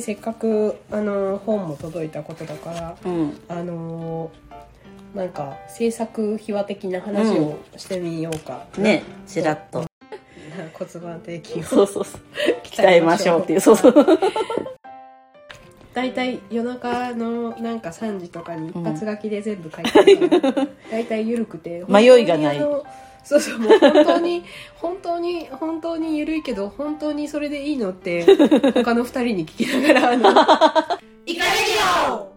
せっかくあの本も届いたことだからうん、あのなんか制作秘話的な話をしてみようか、ねちらっと骨盤底筋をそうそうそう鍛えましょうっていうそうそうだいたい夜中のなんか3時とかに一発書きで全部書いてるから、 だいたい緩くて迷いがない本当にあのそうそうもう本当に 本当に本当に緩いけど本当にそれでいいの って他の2人に聞きながらあの「いかれよ!」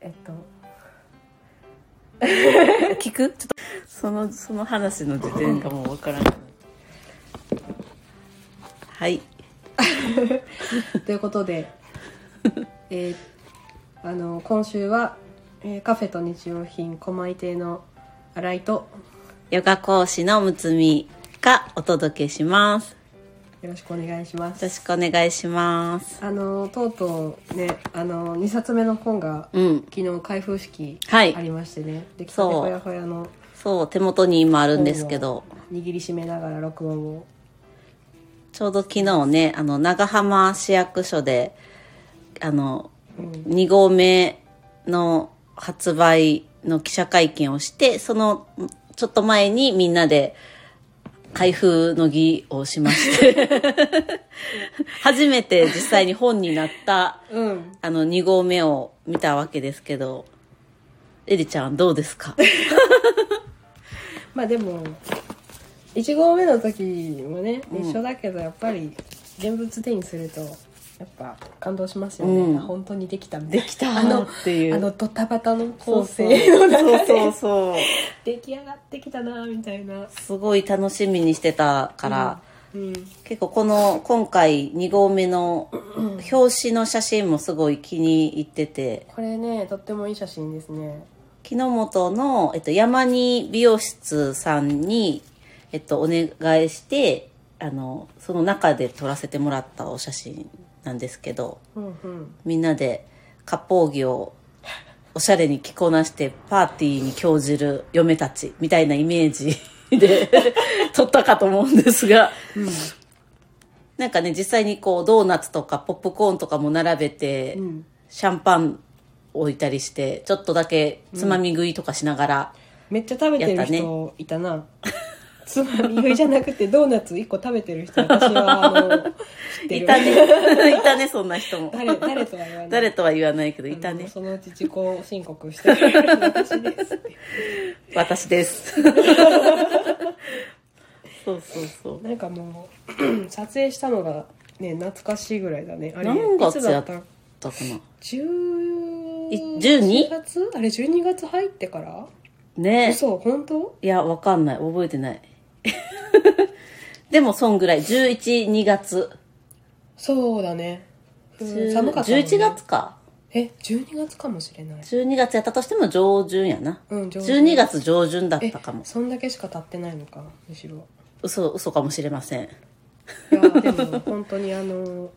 えっと聞くちょっとそのその話の時点がもうわからないはいということで、 えーあの今週は、えーカフェと日用品狛江亭の新井とヨガ講師のむつみがお届けしますよろしくお願いしまよろす。しくお願いしますあのとうとうねあの2冊目の本がうん昨日開封式はあいりましてね、できたそうてほやほやのそう手元に今あるんですけど握りしめながら録音をちょうど昨日ねあの長浜市役所であのうん2号目の発売の記者会見をしてそのちょっと前にみんなで開封の儀をしまして 初めて実際に本になったうんあの2号目を見たわけですけどエリちゃんどうで すかまあでも1合目の時もね一緒だけどやっぱり現物手にするとやっぱ感動しますよね、うん本当にできたみたいでなきたあのっていうあのドタバタのそ構うそう成の中そでうそうそう出来上がってきたなみたいなすごい楽しみにしてたから、うん結構この今回2号目の表紙の写真もすごい気に入っててこれねとってもいい写真ですね木之本の、えっと、山に美容室さんに、えっと、お願いしてあのその中で撮らせてもらったお写真なんですけどうんうんみんなで割烹着をおしゃれに着こなしてパーティーに興じる嫁たちみたいなイメージで撮ったかと思うんですが、なんかね実際にこうドーナツとかポップコーンとかも並べて、うんシャンパン置いたりしてちょっとだけつまみ食いとかしながら、めっちゃ食べてやるったね人いたなつまみ食いじゃなくてドーナツ1個食べてる人私はあの知っているたねいたねそんな人も誰誰とは言わない誰とは言わないけどいたあのねそのうち自己申告してくれる私です って私です そうそうそうなんかもう 撮影したのがね懐かしいぐらいだねあれ何月いつだやっったただかな10い 12? 月あれ12月入ってからね嘘本当いやわかんない覚えてない でもそんぐらい112月そうだね、うん、 10寒かったもんね11月かえ12月かもしれない12月やったとしても上旬やな、うん上旬12月上旬だっえたかもそんだけしか経ってないのかむしろ嘘嘘かもしれませんいやでも本当にあの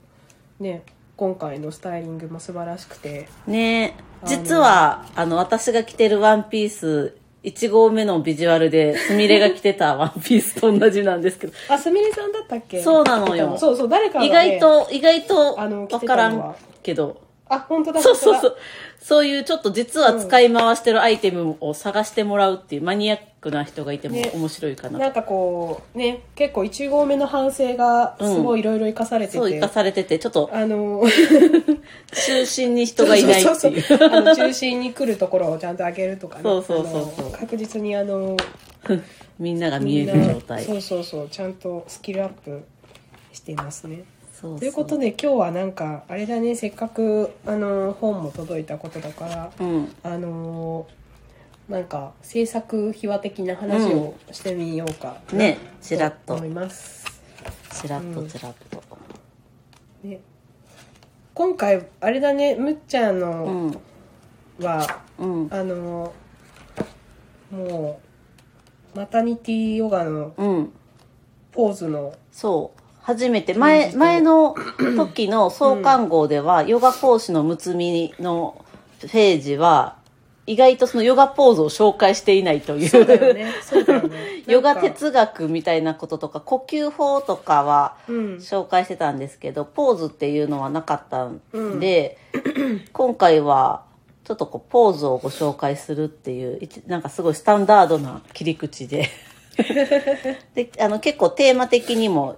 ね今回のスタイリングも素晴らしくてねえ実はあの私が着てるワンピース1号目のビジュアルですみれが着て たワンピースと同じなんですけどあすみれさんだったっけそうなのよそうそう誰かがね、意外と意外とあのわ着てたからのはんけどあ本当だそうそう本そ当だう。そういうちょっと実は使い回してるアイテムを探してもらうっていうマニアックな人がいてもね面白いかな。なんかこうね結構1合目の反省がすごいいろいろ生かされてて、そう、生かされてて、ちょっとあの中心に人がいないってそういそうう。そうあの中心に来るところをちゃんと上げるとかねそうそうそうそうあの確実にあのみんなが見みえんなる状態。そうそうそうちゃんとスキルアップしていますねそうということで今日はなんかあれだねせっかくあの本も届いたことだからうん。あのなんか制作秘話的な話をしてみようか、ね、ちらっと思い、ますちらっうとんちらっと。ね、今回あれだねむっちゃんうのん。は、うん。あのもうマタニティヨガのうん。ポーズのそう。初めて、前、前の時の創刊号では、ヨガ講師のむつみのページは、意外とそのヨガポーズを紹介していないという。そうだよね。そうだよね ヨガなんか哲学みたいなこととか呼吸法とかはうん。紹介してたんですけど、ポーズっていうのはなかったんで、今回はちょっとこうポーズをご紹介するっていういちなんかすごいスタンダードな切り 口でであの結構テーマ的にも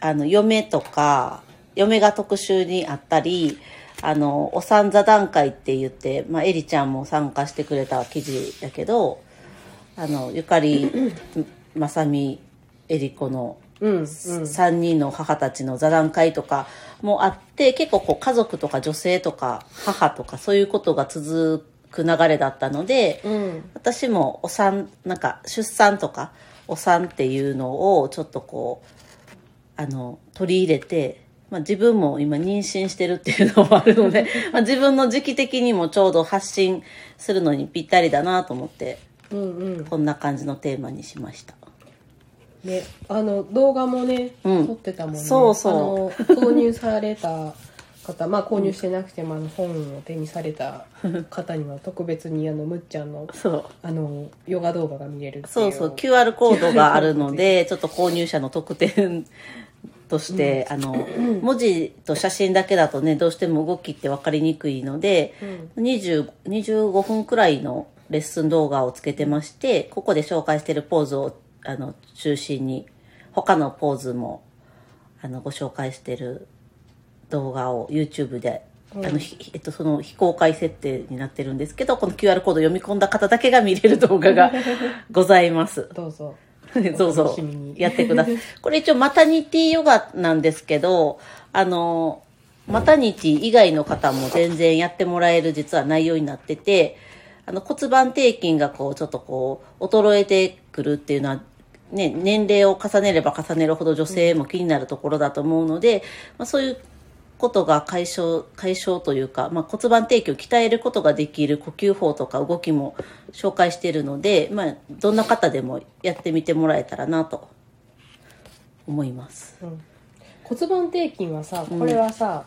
あの嫁とか嫁が特集にあったりあのお産座談会って言って、まあ、エリちゃんも参加してくれた記事やけどあのゆかりまさみえり子のうん。うん。 3人の母たちの座談会とかもあって結構こう家族とか女性とか母とかそういうことが続く流れだったのでうん。私もお産なんか出産とかお産っていうのをちょっとこうあの取り入れて、まあ、自分も今妊娠してるっていうのもあるのでまあ自分の時期的にもちょうど発信するのにぴったりだなと思ってうん。うん。こんな感じのテーマにしました。ね、あの動画もね、うん撮ってたもんね。そうそあの購入された方、まあ購入してなくてもあの本を手にされた方には特別にあのむっちゃんのそうあのヨガ動画が見れるっていう。そうそう QR コードがあるのでちょっと購入者の特典として、あの文字と写真だけだとねどうしても動きって分かりにくいので、20 25分くらいのレッスン動画をつけてましてここで紹介してるポーズをあの中心に他のポーズもあのご紹介してる動画を YouTube で、あのひえっと、その非公開設定になってるんですけどこの QR コードを読み込んだ方だけが見れる動画がござ います。どうぞ。どうおぞ楽しみにやってください。これ一応マタニティヨガなんですけどあのマタニティ以外の方も全然やってもらえる実は内容になっててあの骨盤底筋がこうちょっとこう衰えてくるっていうのはね、年齢を重ねれば重ねるほど女性も気になるところだと思うので、まあ、そういうことが解消解消というか、まあ、骨盤底筋を鍛えることができる呼吸法とか動きも紹介しているので、まあ、どんな方でもやってみてもらえたらなと思います。骨盤底筋はさ、これはさ、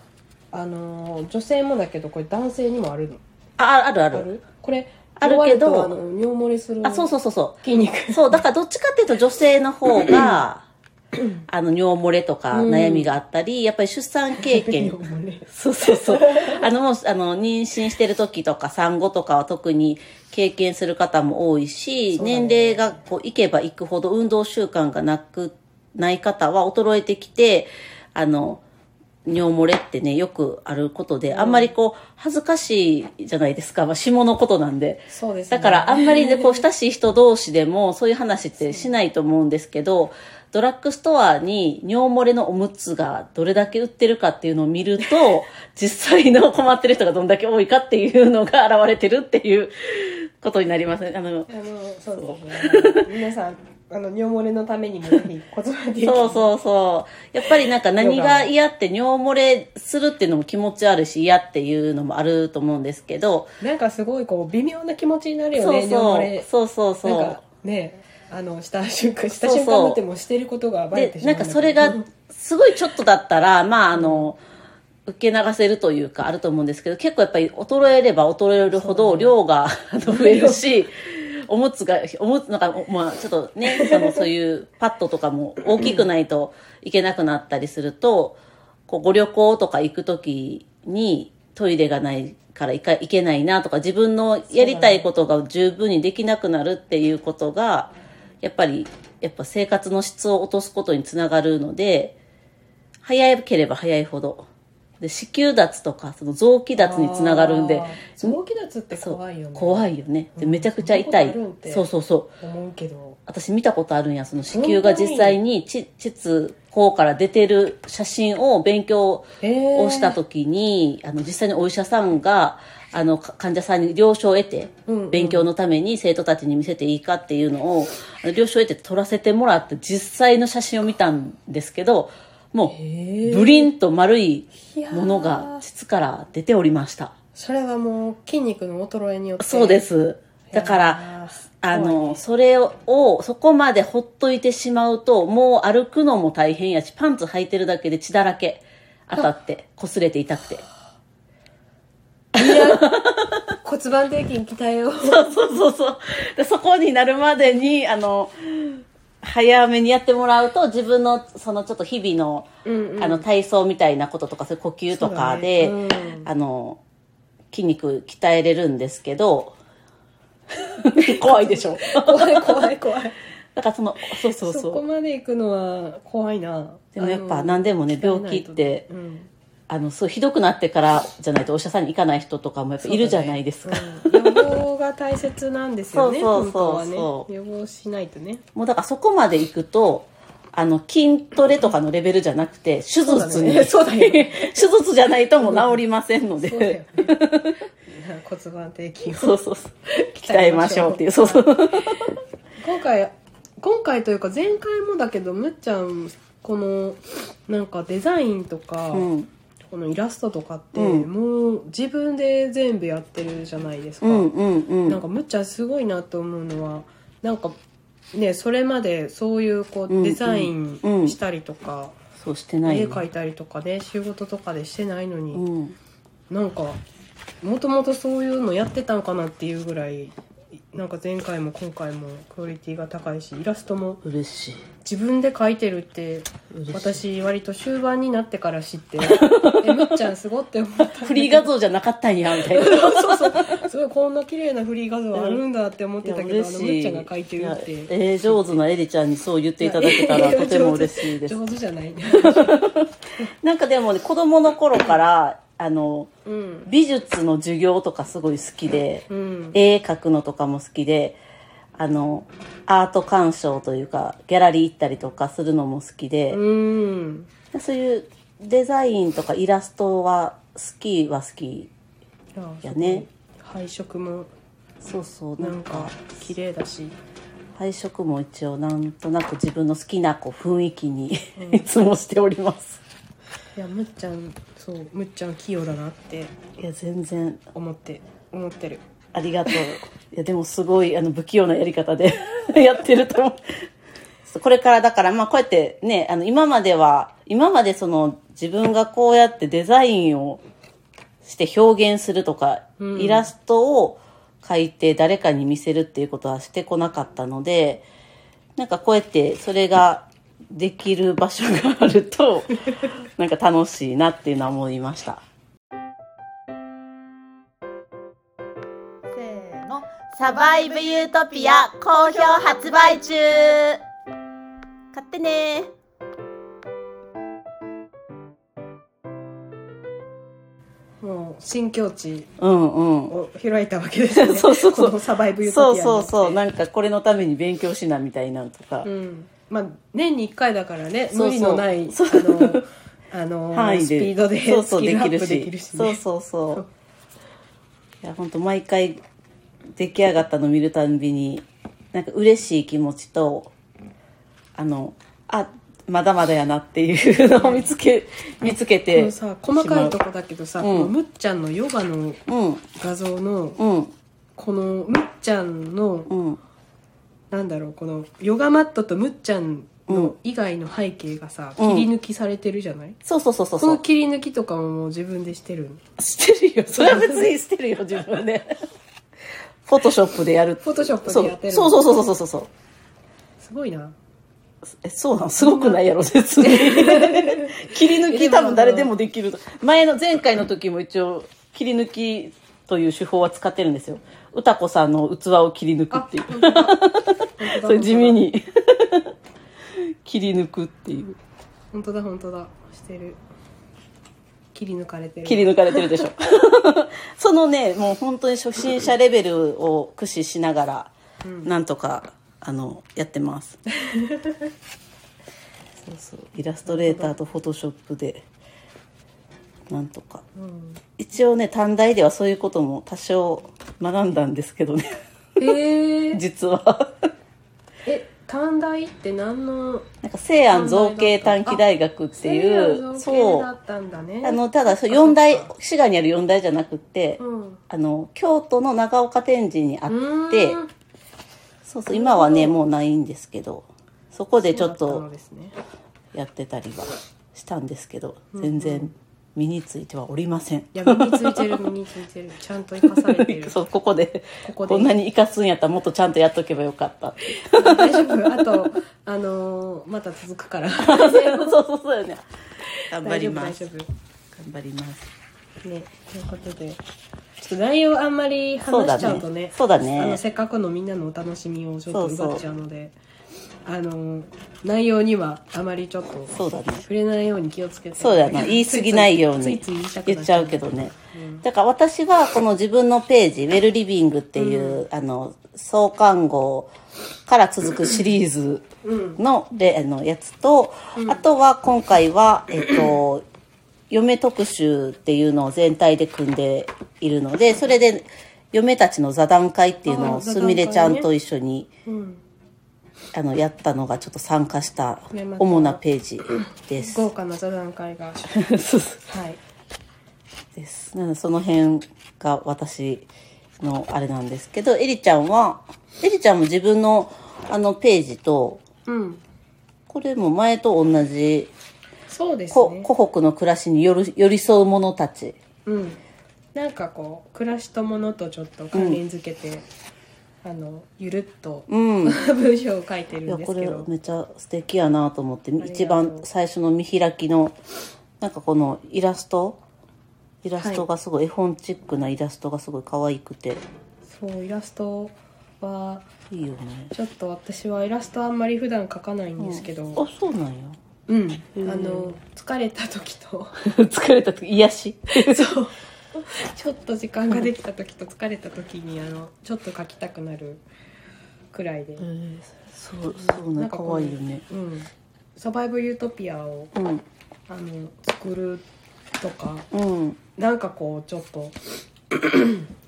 あの女性もだけどこれ男性にもあるの。ああるああるる？これあるけど弱いとあの尿漏れするあそうそうそうそ筋肉。うそうだからどっちかっていうと女性の方があの尿漏れとか悩みがあったり、やっぱり出産 経験尿漏れそうそうそう。あの、もう、あの、妊娠してる時とか産後とかは特に経験する方も多いし、そうだね年齢がこう、いけばいくほど運動習慣がなく、ない方は衰えてきて、あの、尿漏れってね、よくあることで、あんまりこう、恥ずかしいじゃないですか。まあ、下のことなんで。そうです、ね。だからあんまりねこう親しい人同士でもそういう話ってしないと思うんですけどドラッグストアに尿漏れのおむつがどれだけ売ってるかっていうのを見 ると実際の困ってる人がどんだけ多いかっていうのが現れてるっていうことになりますね。あのあのそうですね。皆さんあの尿漏れのために もぜひ骨盤底筋。そうそうそう。やっぱりなんか何が嫌って尿漏れするっていうのも気持ちあるし嫌っていうのもあると思うんですけど。なんかすごいこう微妙な気持ちになるよそね。うそ尿漏う。れそうそうそう。なんかねあのした瞬間したそうそう瞬間になってもしてることがバレてでしまなうんだけどかそれがすごいちょっとだったらまああの受け流せるというかあると思うんですけど結構やっぱり衰えれば衰えるほど量があの増えるしおむつがおむつなんかまあちょっとねそのそういうパッドとかも大きくないといけなくなったりするとこうご旅行とか行く時にトイレがないから行か行けないなとか自分のやりたいことが十分にできなくなるっていうことがやっぱりやっぱ生活の質を落とすことにつながるので早ければ早いほどで子宮脱とかその臓器脱につながるんであー臓器脱って怖いよね。怖い。いよねでうんめちゃくちゃ痛そんないことあるんてそうそうそう思うけど。私見たことあるんやその子宮が実際にち膣口から出てる写真を勉強えーをした時に、あの実際にお医者さんがあのか患者さんに了承を得て、うんうん勉強のために生徒たちに見せていいかっていうのをあの了承を得て撮らせてもらって実際の写真を見たんですけどもえうーブリンと丸いいやーものが膣から出ておりましたそれはもう筋肉の衰えによって。そうですだから、あの、それを、そこまでほっといてしまうと、もう歩くのも大変やし、パンツ履いてるだけで血だらけ当たって、擦れて痛くて。いや骨盤底筋鍛えよう。そうそうそうそう。で、そこになるまでに、あの、早めにやってもらうと、自分の、そのちょっと日々の、うんうんあの、体操みたいなこととか、そういう呼吸とかで、そうだねうんあの、筋肉鍛えれるんですけど、 怖い でしょ。怖い怖い怖い。だからその、そうそうそそこう。まで行くのは怖いな。でもやっあぱの何でもね、鍛え病ないと気って、うんあの、そう、ひどくなってからじゃないとお医者さんに行かない人とかもやっぱいるじゃないですか。そうだねうん予防が大切なんですよね。 そうそうそう本当はそね。予防しないとね。もうだからそこまで行くと、あの、筋トレとかのレベルじゃなくて、手術に、そうだね 手術じゃないともう治りませんのそうだよでね、。 骨盤底筋をそうそうそう。鍛えましょうっていう、そうそう。今回今回というか前回もだけどむっちゃんこのなんかデザインとか、うん。このイラストとかって、うんもう自分で全部やってるじゃないですか、うんうんうん。なんかむっちゃんすごいなと思うのはなんかねそれまでそういうこうんううんデザインうんしたりとか、そうしてない、絵描いたりとかね仕事とかでしてないのに、うん。なんかもともとそういうのやってたのかなっていうぐらいなんか前回も今回もクオリティが高いしイラストも嬉しい。自分で描いてるって嬉しい私割と終盤になってから知って えむっちゃんすごって思ったフリー画像じゃなかったんや、みたいな。そうそうすごいこんな綺麗なフリー画像あるんだって思ってたけど、あのむっちゃんが描いてるっいやて。えー上手なエリちゃんにそう言っていただけたらとても嬉しいです。上手じゃないね。なんかでもね、子供の頃から、あの、うん。美術の授業とかすごい好きで、うん。絵描くのとかも好きで、あの、アート鑑賞というか、ギャラリー行ったりとかするのも好きで、うん。そういうデザインとかイラストは好きは好きいややね。配色もそうそう、ななんんかか、綺麗だし。配色も一応なんとなく自分の好きなこう雰囲気に いつもしております。いやむっちゃんそうむっちゃん器用だなっていや、全然思って思ってるありがとう。いや、でもすごい、あの、不器用なやり方で やってると思う。そうこれからだから、まあ、こうやってね、あの、今までは、今までその、自分がこうやってデザインをして表現するとか、うんイラストを描いて誰かに見せるっていうことはしてこなかったので、なんかこうやって、それができる場所がある と、なんか楽しいなっていうのは思いました。せーの。サバイブユートピア好評発売中買ってねもう新境地うんうん。を開いたわけですね そうそうそうこのサバイブユーそトうピアそうそううなんかこれのために勉強しなみたいなのとか、んまあ年に1回だからねそうそう無理のないそうあのあの 範囲スピーでドでそうそうスキでルアきッるプしできるしそうねそうそそうういや本当毎回出来上がったの見るたんびになんか嬉しい気持ちとあのあまだまだやなっていうのを見つけ見つけこてのさ細かいとこだけどさ、んこのむっちゃんのヨガのうん画像のうんこのむっちゃんのうんなんだろうこのヨガマットとむっちゃんの以外の背景がさ、うん切り抜きされてるじゃない、そうそうそうそこうそのう切り抜きとかももう自分でしてるの捨てるよそれは別に捨てるよ自 分でフォトショップでやるフォトショップそでうやってるそううそうそうそうそうそうすごいなえ、そうなんすごくないやろ、別に。切り抜き多分誰でもできると。前の、前回の時も一応、切り抜きという手法は使ってるんですよ。歌子さんの器を切り抜くあっていう。本当だ本当だ それ地味に。切り抜くっていう。本当だ本当だしてる切り抜かれてる切り抜かれてるでしょ。 そのね、もう本当に初心者レベルを駆使しながら、なんとか、あの、やってます。そうそう。イラストレーターとフォトショップで、なんとか。うん一応ね、短大ではそういうことも多少学んだんですけどね、 えー、実は。え短大って何のっなんか、西安造形短期大学っていう、そうそだう。ったんだねあの、ただ、そう四そ大っか、滋賀にある四大じゃなくて、うんあの、京都の長岡天神にあって、うーんそうそう、今はね、もうないんですけど、そこでちょっそうだたのとですねやってたりはしたんですけど、全然身についてはおりません。いや身について る身についてるちゃんと生かされてるそうここでこここでんなに生かすんやったらもっとちゃんとやっとけばよかった って。大丈夫あとあのーまた続くから そうそうそうよね。頑張大り丈夫ま大す。丈頑夫張ります。ね、ということで、ちょっと内容あんまりそう話だしちゃうとねね。、そうだあのね。せっかくのみんなのお楽しみをちょっとそうそう奪っちゃうので、あの内容にはあまりちょっとそうだね。触れないように気をつけて。そうだな。言い過ぎないようについつい言っちゃうけどね。だから私はこの自分のページ、ウェルリビングっていう、あの、創刊号から続くシリーズの,、であのやつと、あとは今回は、えっ、と、嫁特集っていうのを全体で組んでいるので、それで嫁たちの座談会っていうのあーを座談す会ねみれちゃんと一緒に、うんあの、やったのがちょっと参加したねまた主なページです。 豪華な座談会が、はい、です。なのでその辺が私のあれなんですけど、エリちゃんは、エリちゃんも自分のあのページと、うん、これも前と同じ、そうですこね。湖北の暮らしに寄る寄り添う者たち。うん、なんかこう暮らしとものとちょっと関連づけて、あのゆるっとうん。い文章を書いてるや、んでこすけれど。めっちゃ素敵やなと思って、がとう一番最初の見開きの、なんかこのイラストイラストがすごい、絵本チックなイラストがすごい可愛くて、そうイラストはいいよね。ちょっと私はイラストあんまり普段描かないんですけどあ、そうなんや。 うん、あの疲れた時と 疲れた時、癒し。そうちょっと時間ができた時と疲れた時にあのちょっと描きたくなるくらいで、うんそうそうなねんか可こう愛いよねサバイブ・ユートピアをうんあの作るとかうんなんかこうちょっと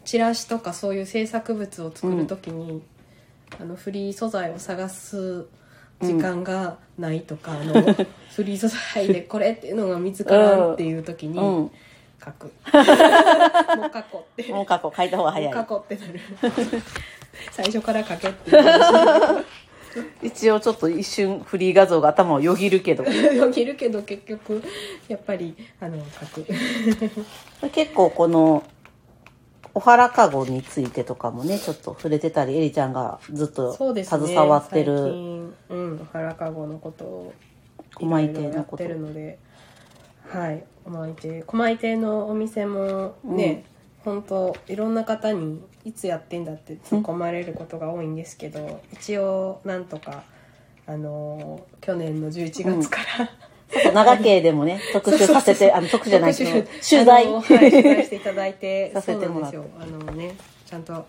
チラシとかそういう制作物を作る時に、あのフリー素材を探す時間がないとか、 あのフリー素材でこれっていうのが見つからんっていう時にうんも書く、 もう書こうってう過去書いた方が早もう書いこうってなる最初から書けっていう話一応ちょっと一瞬フリー画像が頭をよぎるけどを切るけど結局やっぱりあの書く 結構このお原かごについてとかもねちょっと触れてたりエリちゃんがずっとそうですね携わって最る近うん原かごのことを狛江いろい亭ろやのっこてとるのではい狛江亭狛江亭のお店もね、本当いろんな方にいつやってんだって突っ込まれることが多いんですけど、一応なんとかあのー去年の11月から、そうそう長家でも ね特集させてあの特集じゃないけど特取材あのはい、取材していただいてさせてもらってそうなんですよあのねちゃんと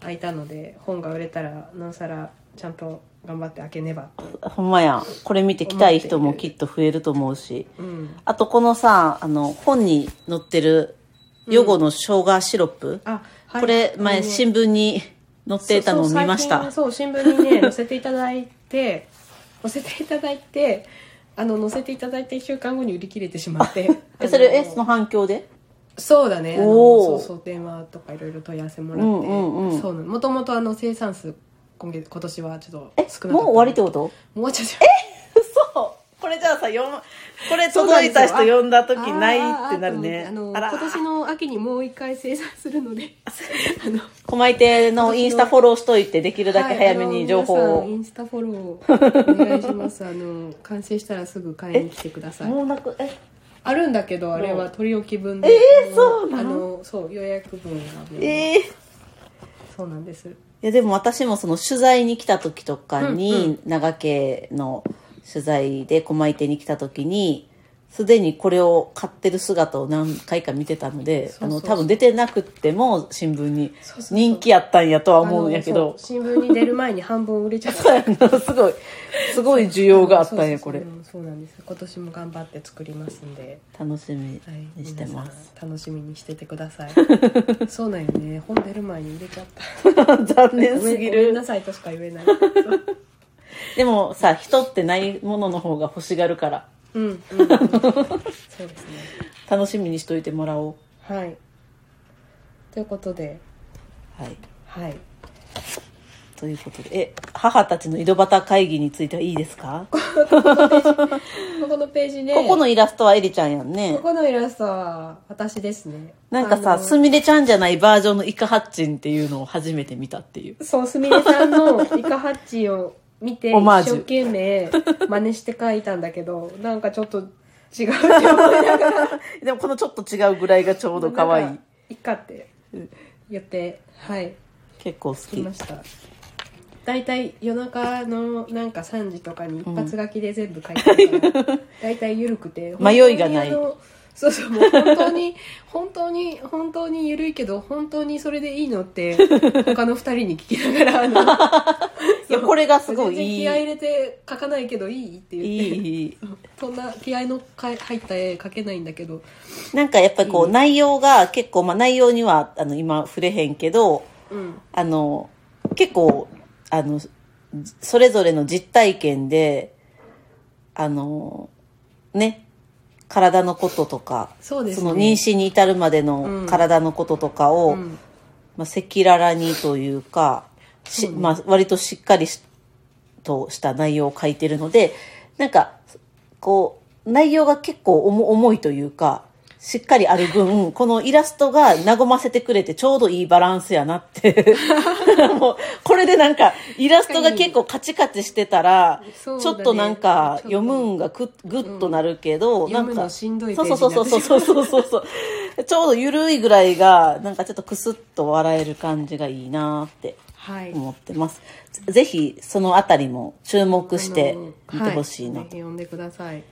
開いたので本が売れたらなおさらちゃんと頑張って開けねばって、 ほんまやんこれ見て来たい人もきっと増えると思うしうん、あとこのさあの本に載ってる予後の生姜シロップ、あ、はいこれあ前の新聞に載っていたのを見ましそうた。そう最近そう新聞にね 載せていただいて載せていただいてあの載せていただいて1週間後に売り切れてしまって えそれ、え、あその反響でそうだねあのおそーうそう電話とかいろいろ問い合わせもうらって、んうんうん。そうなのもともとあの生産数今月今年はちょっとえ、少なかったもう終わりってこともうちょっと嘘これじゃあさ、読む、これ届いた人読んだ時ないってなるね。あーあーと思ってああのら、今年の秋にもう一回生産するのであの狛江亭のインスタフォローしといて、できるだけ早めに情報はいあの皆さんイを。ンスタフォローお願いしますあの完成したらすぐ買いに来てくださいもうなく、え、あるんだけどあれは取り置き分であえーのそうあなののそう予約分がもうえーそうなんですいやでも私もその取材に来た時とかに、長家の取材で狛江亭に来た時にすでにこれを買ってる姿を何回か見てたのそでうそうそうあの多分出てなくっても新聞にそうそうそう人気やったんやとは思うんやけあのどそう新聞に出る前に半分売れちゃ ったそうやなすごいすごい需要があったんやそこうそうれそうそうなんです今年も頑張って作りますんで楽しみはいにしてます、皆さん楽しみにしててくだ さいそうなんよね本出る前に売れちゃった残念ごめすんぎごめんなるさいとしか言え ないでもさ人ってないものの方が欲しがるからうん、うん、そうですね。楽しみにしといてもらおうはい。ということで、はいはい。ということで、え、母たちの井戸端会議についてはいいですか、ここのページねここのイラストはエリちゃんやんねこ。このイラストは私ですねなんかあさ、のすみれちゃんじゃないバージョンのイカハッチンっていうのを初めて見たっていう。そうすみれさんのイカハッチを見てオマー一ジュ生懸命真似して書いたんだけ どなんかちょっと違うって思いながらでもこのちょっと違うぐらいがちょうど可愛なんいか。いっかって言ってはい結構好来きま。した大体夜中のなんか3時とかに一発書きで全部書いてるから、大体緩くて迷いがな本当にいあのそうそうもう本当に本当に本当に緩いけど本当にそれでいいのって他の2人に聞きながらあのいや、これがすご全い然いい。気合い入れて書かないけどいいって言っていい。そんな気合いのか入った絵描けないんだけどなんかやっぱりこう内容が結構、まあ内容にはあの今触れへんけど、うんあの、結構、あの、それぞれの実体験で、あの、ね、体のこととか、そうですねの妊娠に至るまでうのん体のこととかうを、んまあ、赤裸々にというか、しそうねまあ、割としっかりしとした内容を書いてるので、なんか、こう、内容が結構重重いというか、しっかりある分、このイラストが和ませてくれてちょうどいいバランスやな って。もう、これでなんか、イラストが結構カチカチしてたら、そうだちょねっとなんか、ちょっ読とむんがくグッとなるけど、うんな読んむか、のしんどいペそーうジそうそうそうそうそうそうそう。 ちょうどゆるいぐらいが、なんかちょっとクスッと笑える感じがいいなーってはい思ってます。ぜぜひ、そのあたりも注目して見てほしいなはぜひ読んでください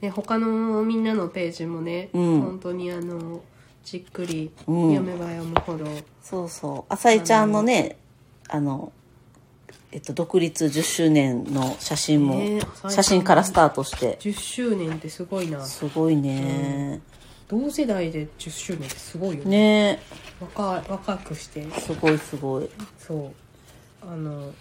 ね他のみんなのページもね、うん本当にあのじっくりうん読めば読むほど、そうそう。浅井ちゃんのね、あの、えっと、独立10周年の写真も、ね浅井さん写真からスタートして、 10周年ってすごいなすごいね同世代で10周年ってすごいよねね若い若くしてえすごいすごい。そうあの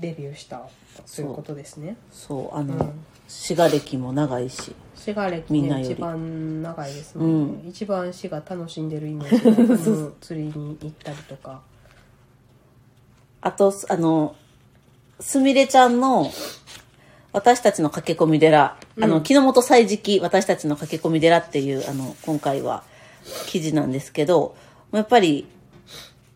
デビューしたということですねそう、あの、うん滋賀歴も長いし。滋賀歴みんなねより一番長いですもんね、一番滋賀楽しんでるイメ ージがあの釣りに行ったりとかあと、すあの、すみれちゃんの、私たちの駆け込み寺、あの、木の本歳時期、私たちの駆け込み寺っていう、あの、今回は記事なんですけど、やっぱり、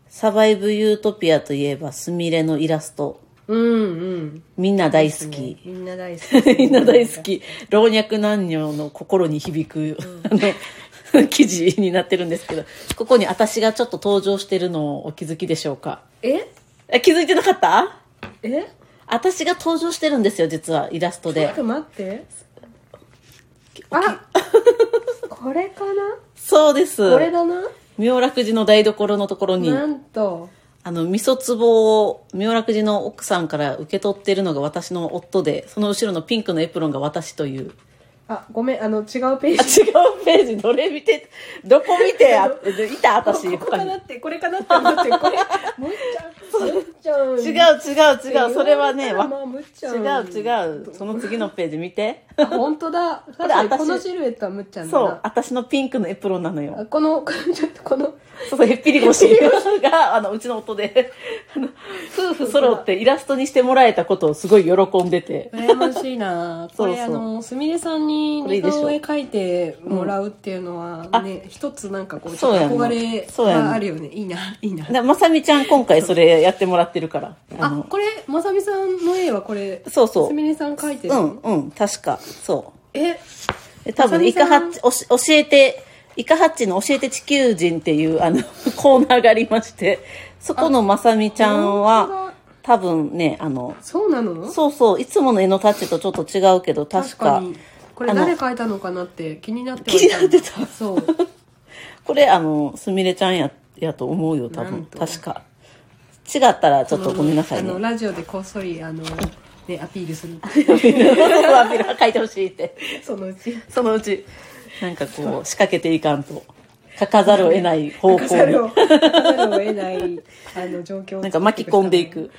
サバイブユートピアといえば、すみれのイラスト、うんうんみんな大好き。ねみんな大好き みんな大好き。老若男女の心に響く、あの、 記事になってるんですけど、ここに私がちょっと登場してるのをお気づきでしょうか。ええ気づいてなかったえ私が登場してるんですよ、実は、イラストちょでっ。と待ってあ これかなそうです。これだな妙楽寺の台所のところに、なんとあの、味噌壺を妙楽寺の奥さんから受け取ってるのが私の夫で、その後ろのピンクのエプロンが私という。あごめんあの違うペーあ、ジ違うページ、どれ見て、どこ見て、あいた、私。ここかなってこれかなって思ってこれむっちゃんむっちゃん違う違っうて違う、それはね、言わわれたらまあむっち違ゃうん違う、その次のページ見て。あ本当だ確かに私このシルエットはむっちゃんだそなう、私のピンクのエプロンなのよ。あこのちょっとこのそうそう、へっぴり 腰が、あの、うちの夫で、あの、夫婦揃ってイラストにしてもらえたことをすごい喜んでて。羨ましいな そうそうこれあのすみれさんにこれい似いでしょ顔絵描いてもらうっていうのはあね一つなんかこうちそょうっやんとの憧れそうやんのがあるよねいいないいななまさみちゃん今回それやってもらってるから。あ、これまさみさんの絵はこれそうそうすみれさん描いてるうのん、うん、確か、そう。えで多分、まさみイさカんハッチ、おし教えて、イカハッチの教えて地球人っていう、あの、 コーナーがありまして、そこのまさみちゃんあ本当はだ、多分ね、あの、そうなのそうそう、いつもの絵のタッチとちょっと違うけど、確か、にこれ誰描いたのかなって気になって気になってた そうこれ、あの、すみれちゃんや、やと思うよ、多な分ん。と確か。違ったら、ちょっとごめんなさいあね。のラジオでこっそりあのねアピールするアピールは書いてほしいって。そのうち そのうち、なんかこう、仕掛けていかんと。書かざるを得ない書方かざ向にるを。書かざるを得ないあの状況をなんか巻き込んでいく。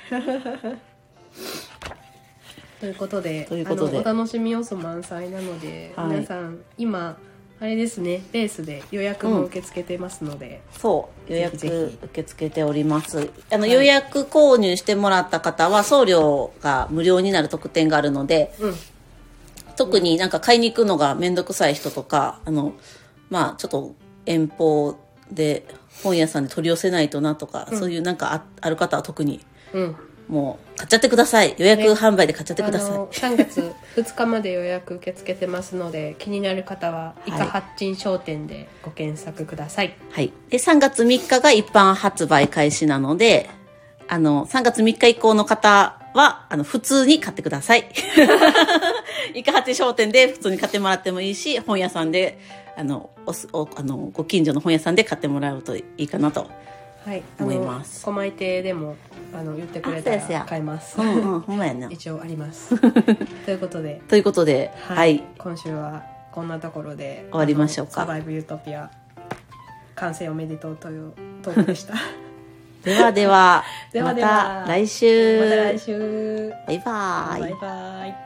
ということでということであのお楽しみ要素満載なので、はい皆さん今あれですねレースで予約も受け付けてますので、そう予約ぜひぜひ受け付けておりますあの、予約購入してもらった方は送料が無料になる特典があるのでうん特になんか買いに行くのが面倒くさい人とかあのまあちょっと遠方で本屋さんで取り寄せないとなとか、そういうなんかあある方は特にうんもう買っちゃってください予約販売で買っちゃってあください、の3月2日まで予約受け付けてますので気になる方は以は下い八珍商店でご検索ください、はい。で、3月3日が一般発売開始なので、あの、3月3日以降の方は、あの、普通に買ってくだ さい。イカハチ商店で普通に買ってもらってもいいし、本屋さんで、あの、おすおあのご近所の本屋さんで買ってもらうといいかなと。はい、思いますあの狛江亭でもあの言ってくれたあそうですらよ買えます、うんうん、ほんまやな。一応あります ということで、ということで、はい。今週はこんなところで終わりましょうかあのサバイブユートピア完成おめでとうというトークで したま、では ででははではまた来週。た来週バイバーイバイ。バイ